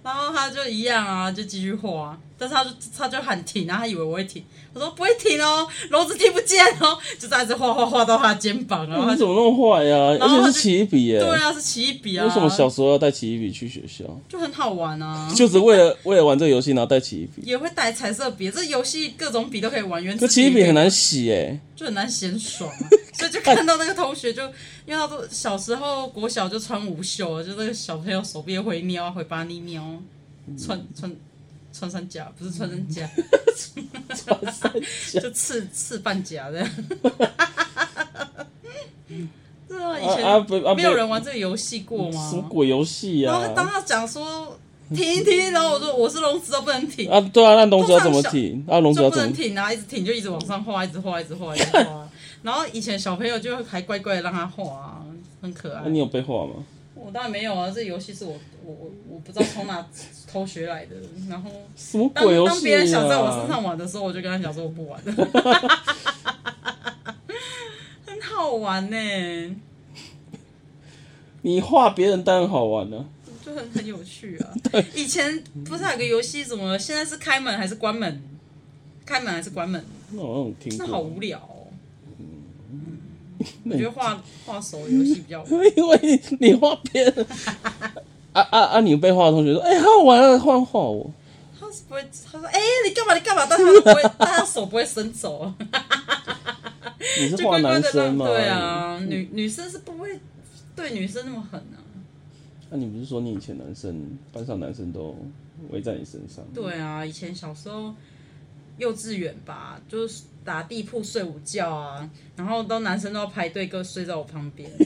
[SPEAKER 2] 然后他就一样啊，就继续画、啊，但是他就他就喊停，然后他以为我会停，我说不会停哦， *laughs* 聋子听不见哦，就这样子画画画到他的肩膀，然后他
[SPEAKER 1] 你
[SPEAKER 2] 就
[SPEAKER 1] 怎么那么坏呀、
[SPEAKER 2] 然后
[SPEAKER 1] 而且
[SPEAKER 2] 他就是
[SPEAKER 1] 奇异笔耶，
[SPEAKER 2] 对啊是奇异笔啊，
[SPEAKER 1] 为什么小时候要带奇异笔去学校？
[SPEAKER 2] 就很好玩啊，
[SPEAKER 1] 就是为了为了玩这个游戏，然后带奇异笔。
[SPEAKER 2] 也会带彩色笔，这游戏各种笔都可以玩，原
[SPEAKER 1] 这
[SPEAKER 2] 子
[SPEAKER 1] 奇异笔很难洗
[SPEAKER 2] *laughs*
[SPEAKER 1] 哎，
[SPEAKER 2] 就很难嫌
[SPEAKER 1] *laughs*
[SPEAKER 2] 爽、啊，所以就看到那个同学就，因为他都小时候国小就穿无袖，就那个小朋友手边会喵会巴尼喵，穿
[SPEAKER 1] 嗯
[SPEAKER 2] 穿穿山甲不是穿山甲，
[SPEAKER 1] 穿山甲
[SPEAKER 2] *laughs* 就刺刺半甲的。 *laughs* 对啊，以
[SPEAKER 1] 嗯啊啊
[SPEAKER 2] 前
[SPEAKER 1] 不啊不啊
[SPEAKER 2] 没有人玩这个游戏过
[SPEAKER 1] 什么
[SPEAKER 2] 吗？
[SPEAKER 1] 鬼游戏
[SPEAKER 2] 然后他当
[SPEAKER 1] 呀？
[SPEAKER 2] 他讲说停一停，然后我说我是聋子都不能停，
[SPEAKER 1] 啊，对啊，那笼子要怎么
[SPEAKER 2] 通常小
[SPEAKER 1] 停？啊，笼子
[SPEAKER 2] 就
[SPEAKER 1] 要
[SPEAKER 2] 不
[SPEAKER 1] 怎么
[SPEAKER 2] 能？停啊，一直停就一直往上画，一直画，一直画，一直
[SPEAKER 1] *laughs*
[SPEAKER 2] 画。然后以前小朋友就还乖乖的让他画、啊，很可爱
[SPEAKER 1] 那、。哦你有被画吗？
[SPEAKER 2] 我当然没有啊，这游戏是我我我我不知道从哪偷学来的。然后
[SPEAKER 1] 什么
[SPEAKER 2] 当
[SPEAKER 1] 鬼游戏、啊？
[SPEAKER 2] 当别人想在我身上玩的时候，我就跟他讲说我不玩
[SPEAKER 1] *laughs*
[SPEAKER 2] 了。很好玩呢、
[SPEAKER 1] 你画别人当然好玩啊了、
[SPEAKER 2] 就很很有趣啊。以前不是还有个游戏什么？现在是开门还是关门？开门还是关门？
[SPEAKER 1] 那我好像有听
[SPEAKER 2] 那
[SPEAKER 1] 过。
[SPEAKER 2] 好无聊哦。
[SPEAKER 1] 那嗯
[SPEAKER 2] 我觉
[SPEAKER 1] 你
[SPEAKER 2] 得画画手游戏比较好玩。
[SPEAKER 1] 因为你画别人， *laughs* 啊啊啊！你被画的同学说：“哎、好好玩啊，换画我。
[SPEAKER 2] 他是不会，他说：“哎、你干嘛？你干嘛？”但他都
[SPEAKER 1] *laughs*
[SPEAKER 2] 不会，但他手不会伸走啊，”
[SPEAKER 1] 你是
[SPEAKER 2] 就
[SPEAKER 1] 画
[SPEAKER 2] 乖乖
[SPEAKER 1] 男
[SPEAKER 2] 的
[SPEAKER 1] 生
[SPEAKER 2] 让。
[SPEAKER 1] 吗？
[SPEAKER 2] 对啊，女女生是不会对女生那么狠啊。
[SPEAKER 1] 那、你不是说你以前男生班上男生都围在你身上？
[SPEAKER 2] 对啊，以前小时候幼稚园吧，就是打地铺睡午觉啊，然后都男生都要排队跟睡在我旁
[SPEAKER 1] *laughs*
[SPEAKER 2] 边。 *laughs*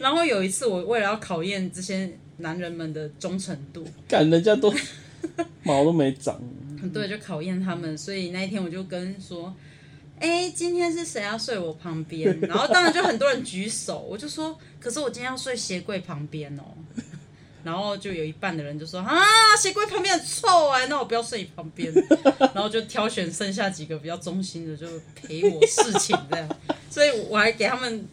[SPEAKER 2] 然后有一次，我为了要考验这些男人们的忠诚度，
[SPEAKER 1] 干人家都毛都没
[SPEAKER 2] *laughs*
[SPEAKER 1] 长，
[SPEAKER 2] 对，就考验他们，所以那一天我就跟说，哎、今天是谁要睡我旁边？然后当然就很多人举手，我就说，可是我今天要睡鞋柜旁边哦。然后就有一半的人就说啊，鞋柜旁边很臭哎、那我不要睡你旁
[SPEAKER 1] *laughs*
[SPEAKER 2] 边。然后就挑选剩下几个比较忠心的，就陪我侍寝这样。所以我还给他们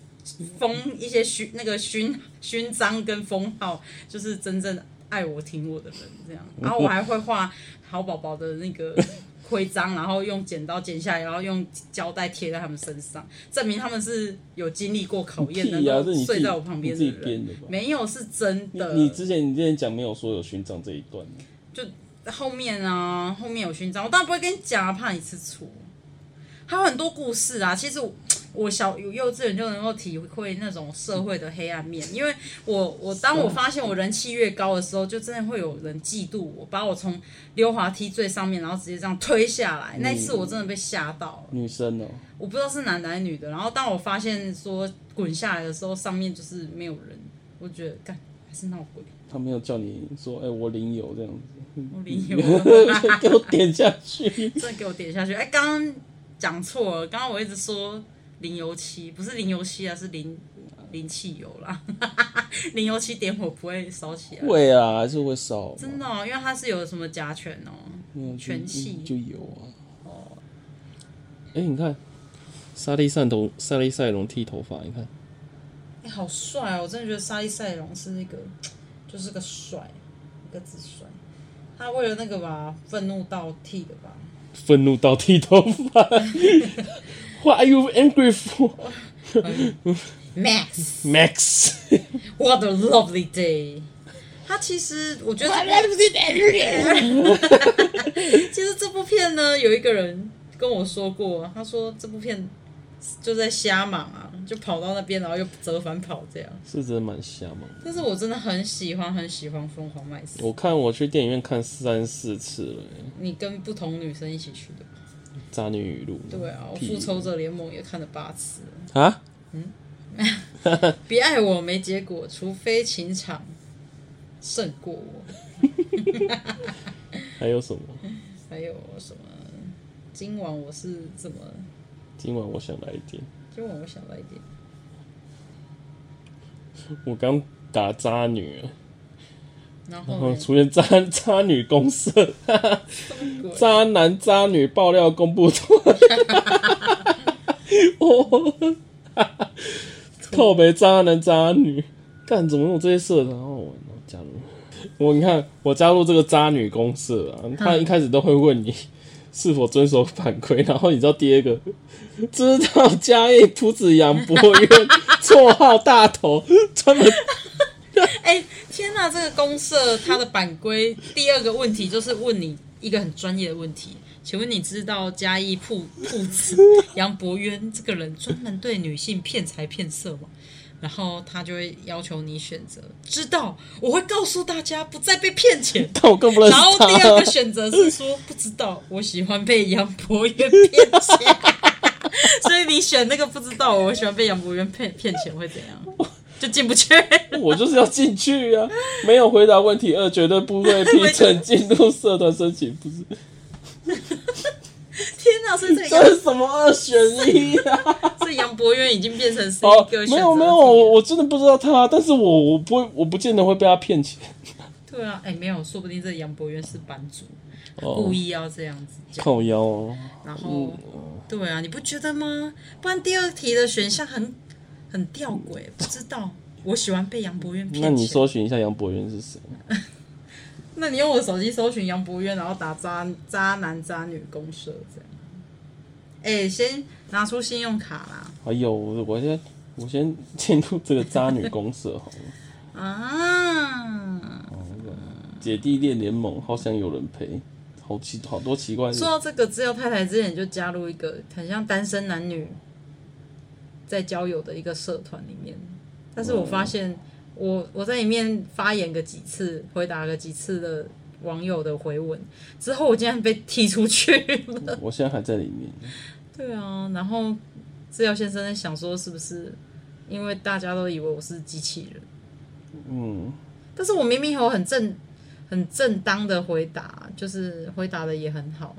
[SPEAKER 2] 封一些勋那个勋勋章跟封号，就是真正爱我挺我的人
[SPEAKER 1] *laughs*
[SPEAKER 2] 这样。然后我还会画好宝宝的那个徽章，然后用剪刀剪下来，然后用胶带贴在他们身上，证明他们是有经历过考验，能
[SPEAKER 1] 屁呀、
[SPEAKER 2] 够
[SPEAKER 1] 这你自
[SPEAKER 2] 睡
[SPEAKER 1] 己
[SPEAKER 2] 在我旁边
[SPEAKER 1] 你自
[SPEAKER 2] 的
[SPEAKER 1] 己
[SPEAKER 2] 人。
[SPEAKER 1] 编的吧？
[SPEAKER 2] 没有是真
[SPEAKER 1] 你
[SPEAKER 2] 的，
[SPEAKER 1] 你之前你之前讲没有说有勋章这一段，
[SPEAKER 2] 后面啊，后面有勋章，我当然不会跟你讲啊，怕你吃醋。还有很多故事啊，其实我我小有幼稚园就能够体会那种社会的黑暗面，因为我我当我发现我人气越高的时候，就真的会有人嫉妒我，把我从溜滑梯最上面，然后直接这样推下来。那一次我真的被吓到了，
[SPEAKER 1] 女生哦、
[SPEAKER 2] 我不知道是男的还是女的。然后当我发现说滚下来的时候，上面就是没有人，我觉得干还是闹鬼，
[SPEAKER 1] 他没有叫你说：“哎、我领友这样
[SPEAKER 2] *laughs*
[SPEAKER 1] 子。
[SPEAKER 2] 我理由。
[SPEAKER 1] 给我点下去。
[SPEAKER 2] 真的给我点下去。哎，刚刚讲错了，刚刚我一直说零油漆，不是零油漆啊，是零零汽油啦。 *laughs* 零油漆点火不会烧起来，
[SPEAKER 1] 会啊，还是会少嘛，
[SPEAKER 2] 真的哦，因为它是有什么甲醛哦。
[SPEAKER 1] 没有就
[SPEAKER 2] 全哦气
[SPEAKER 1] 就有啊。哎、你看，沙利塞头沙利塞隆剃头发，你看
[SPEAKER 2] 哎、好帅哦！我真的觉得沙利塞隆是那个，就是个帅，一个字帅。他为了那个吧，愤怒到剃的吧。
[SPEAKER 1] 愤怒到剃头发。What are you angry for,
[SPEAKER 2] Max,
[SPEAKER 1] Max？
[SPEAKER 2] what a lovely day！他其实我觉得这部， *laughs* 其实这部片呢，有一个人跟我说过，他说这部片就在瞎忙啊，就跑到那边，然后又折返跑这样。
[SPEAKER 1] *laughs* 是真的蛮瞎嘛。
[SPEAKER 2] 但是我真的很喜欢，很喜欢《疯狂麦斯》，
[SPEAKER 1] 我看我去电影院看三四次了、欸
[SPEAKER 2] 你跟不同女生一起去的。
[SPEAKER 1] 渣女语录。
[SPEAKER 2] 对啊，我《
[SPEAKER 1] 屁
[SPEAKER 2] 复仇者联盟》也看了八次了。
[SPEAKER 1] 啊，
[SPEAKER 2] 别爱我没结果，除非情场胜过我。
[SPEAKER 1] 还有什么？
[SPEAKER 2] 还有什么？今晚我是怎么？
[SPEAKER 1] 今晚我想来一点。
[SPEAKER 2] 今晚我想来一点。
[SPEAKER 1] 我刚打渣女了，
[SPEAKER 2] 然
[SPEAKER 1] 然
[SPEAKER 2] 后
[SPEAKER 1] 后
[SPEAKER 2] 呢？
[SPEAKER 1] 出现渣渣女公社，渣男渣女爆料公布 *laughs* 团，哦，靠北渣男渣女，干怎么有这些社团好玩哦？加入我，你看我加入这个渣女公社啊，
[SPEAKER 2] 嗯
[SPEAKER 1] 他一开始都会问你。是否遵守反馈？然后你知道第二个，知道嘉义铺子杨博渊， *laughs* 绰号大头，专门
[SPEAKER 2] 哎、天哪！这个公社它的版规第二个问题就是问你一个很专业的问题，请问你知道嘉义铺铺子 *laughs* 杨博渊这个人专门对女性骗财骗色吗？然后他就会要求你选择，知道我会告诉大家不再被骗钱。
[SPEAKER 1] 但我更不认识
[SPEAKER 2] 然
[SPEAKER 1] 他。
[SPEAKER 2] 后第二个选择是说不知道，我喜欢被杨博渊骗钱， *laughs* 所以你选那个不知道，我喜欢被杨博渊骗骗钱会怎样？就进不去。
[SPEAKER 1] *laughs* 我就是要进去啊！没有回答问题二，绝对不会批准进入社团申请，不是？
[SPEAKER 2] 天哪！所以这个
[SPEAKER 1] 这
[SPEAKER 2] 杨
[SPEAKER 1] 是什么二选一啊？
[SPEAKER 2] 这杨博渊已经变成是一
[SPEAKER 1] 哦
[SPEAKER 2] 个选择、
[SPEAKER 1] 没有没有，我我真的不知道他，但是我我不会，我不见得会被他骗钱。
[SPEAKER 2] 对啊，哎、没有，说不定这杨博渊是版主，
[SPEAKER 1] 哦
[SPEAKER 2] 故，意要这样子讲。
[SPEAKER 1] 靠腰哦，
[SPEAKER 2] 然后，对啊，你不觉得吗？不然第二题的选项很很吊诡，不知道。我喜欢被杨博渊骗
[SPEAKER 1] 那
[SPEAKER 2] 钱。
[SPEAKER 1] 你搜寻一下杨博元是谁？
[SPEAKER 2] 那你用我手机搜寻杨博渊，然后打渣渣男渣女公社这样。哎、先拿出信用卡啦！
[SPEAKER 1] 哎呦，我我先我先进入这个渣女公社好了，
[SPEAKER 2] *laughs* 啊，
[SPEAKER 1] 姐弟恋联盟，好想有人陪，好奇好多奇怪的
[SPEAKER 2] 说到这个，只有太太之前就加入一个很像单身男女在交友的一个社团里面，但是我发现我我在里面发言个几次，回答个几次的网友的回文之后，我竟然被踢出去 *laughs* 了。
[SPEAKER 1] 我现在还在里面。
[SPEAKER 2] 对啊，然后治疗先生在想说，是不是因为大家都以为我是机器人？
[SPEAKER 1] 嗯，
[SPEAKER 2] 但是我明明有很正、很正当的回答，就是回答的也很好，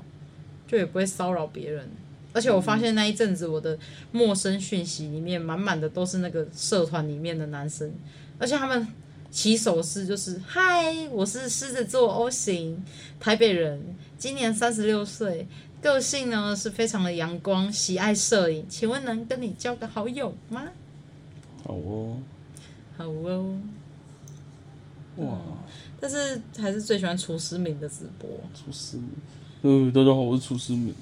[SPEAKER 2] 就也不会骚扰别人。而且我发现那一阵子我的陌生讯息里面满满的都是那个社团里面的男生，而且他们起手势就是“嗨，我是狮子座 O 型，台北人，今年三十六岁，个性呢是非常的阳光，喜爱摄影，请问能跟你交个好友吗
[SPEAKER 1] 好哦，？”
[SPEAKER 2] 好哦，
[SPEAKER 1] 哇。
[SPEAKER 2] 但是还是最喜欢厨师明的直播。
[SPEAKER 1] 厨师，嗯，大家好，我是厨师明。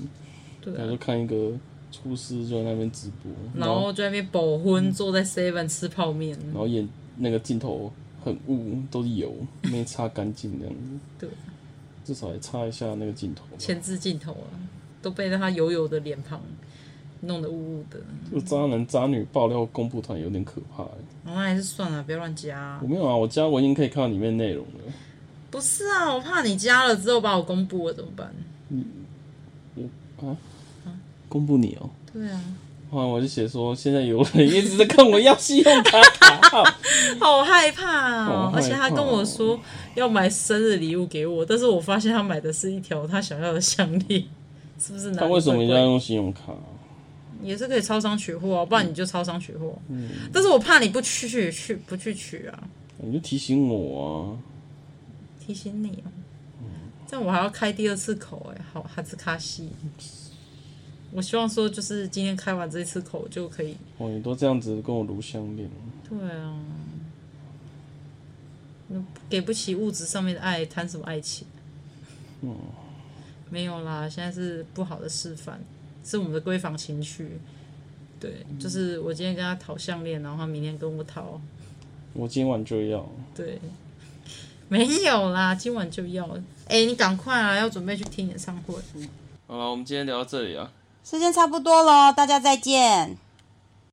[SPEAKER 2] 对啊
[SPEAKER 1] 然后就看一个厨师就在那边直播，
[SPEAKER 2] 然
[SPEAKER 1] 然后
[SPEAKER 2] 后就在那边饱昏，坐在 Seven 吃泡面。
[SPEAKER 1] 然后眼那个镜头很雾，都是油，没擦干净这样子。
[SPEAKER 2] 对，
[SPEAKER 1] 至少也擦一下那个镜头吧。
[SPEAKER 2] 前置镜头啊，都被他油油的脸庞弄得雾雾的。
[SPEAKER 1] 这个渣男渣女爆料公布团有点可怕欸、
[SPEAKER 2] 哦那还是算了，不要乱加啊、
[SPEAKER 1] 我没有啊，我加我已经可以看到里面内容了。
[SPEAKER 2] 不是啊，我怕你加了之后把我公布了怎么办？
[SPEAKER 1] 公布你哦、
[SPEAKER 2] 对啊，
[SPEAKER 1] 后来我就写说，现在有人一直在跟我要信用
[SPEAKER 2] *laughs*
[SPEAKER 1] 卡卡号，
[SPEAKER 2] 好害怕啊！
[SPEAKER 1] 好害怕哦
[SPEAKER 2] 而且他跟我说要买生日礼物给我，但是我发现他买的是一条他想要的项链。是不是哪里
[SPEAKER 1] 他为什么一定
[SPEAKER 2] 怪怪的
[SPEAKER 1] 要用信用卡？
[SPEAKER 2] 也是可以超商取货、啊，不然你就超商取货。但是我怕你不去去不去取啊，
[SPEAKER 1] 你就提醒我啊。
[SPEAKER 2] 提醒你哦、这样我还要开第二次口哎、好哈兹卡西。我希望说，就是今天开完这一次口就可以。
[SPEAKER 1] 哦，你都这样子跟我卢相恋了，
[SPEAKER 2] 对啊，那给不起物质上面的爱，谈什么爱情？没有啦，现在是不好的示范，是我们的闺房情趣。对，就是我今天跟他讨项链，然后他明天跟我讨
[SPEAKER 1] 我今晚就要。
[SPEAKER 2] 对，没有啦，今晚就要。哎、你赶快啊，要准备去听演唱会。
[SPEAKER 1] 好了，我们今天聊到这里啊。
[SPEAKER 3] 哦时间差不多喽，大家再见。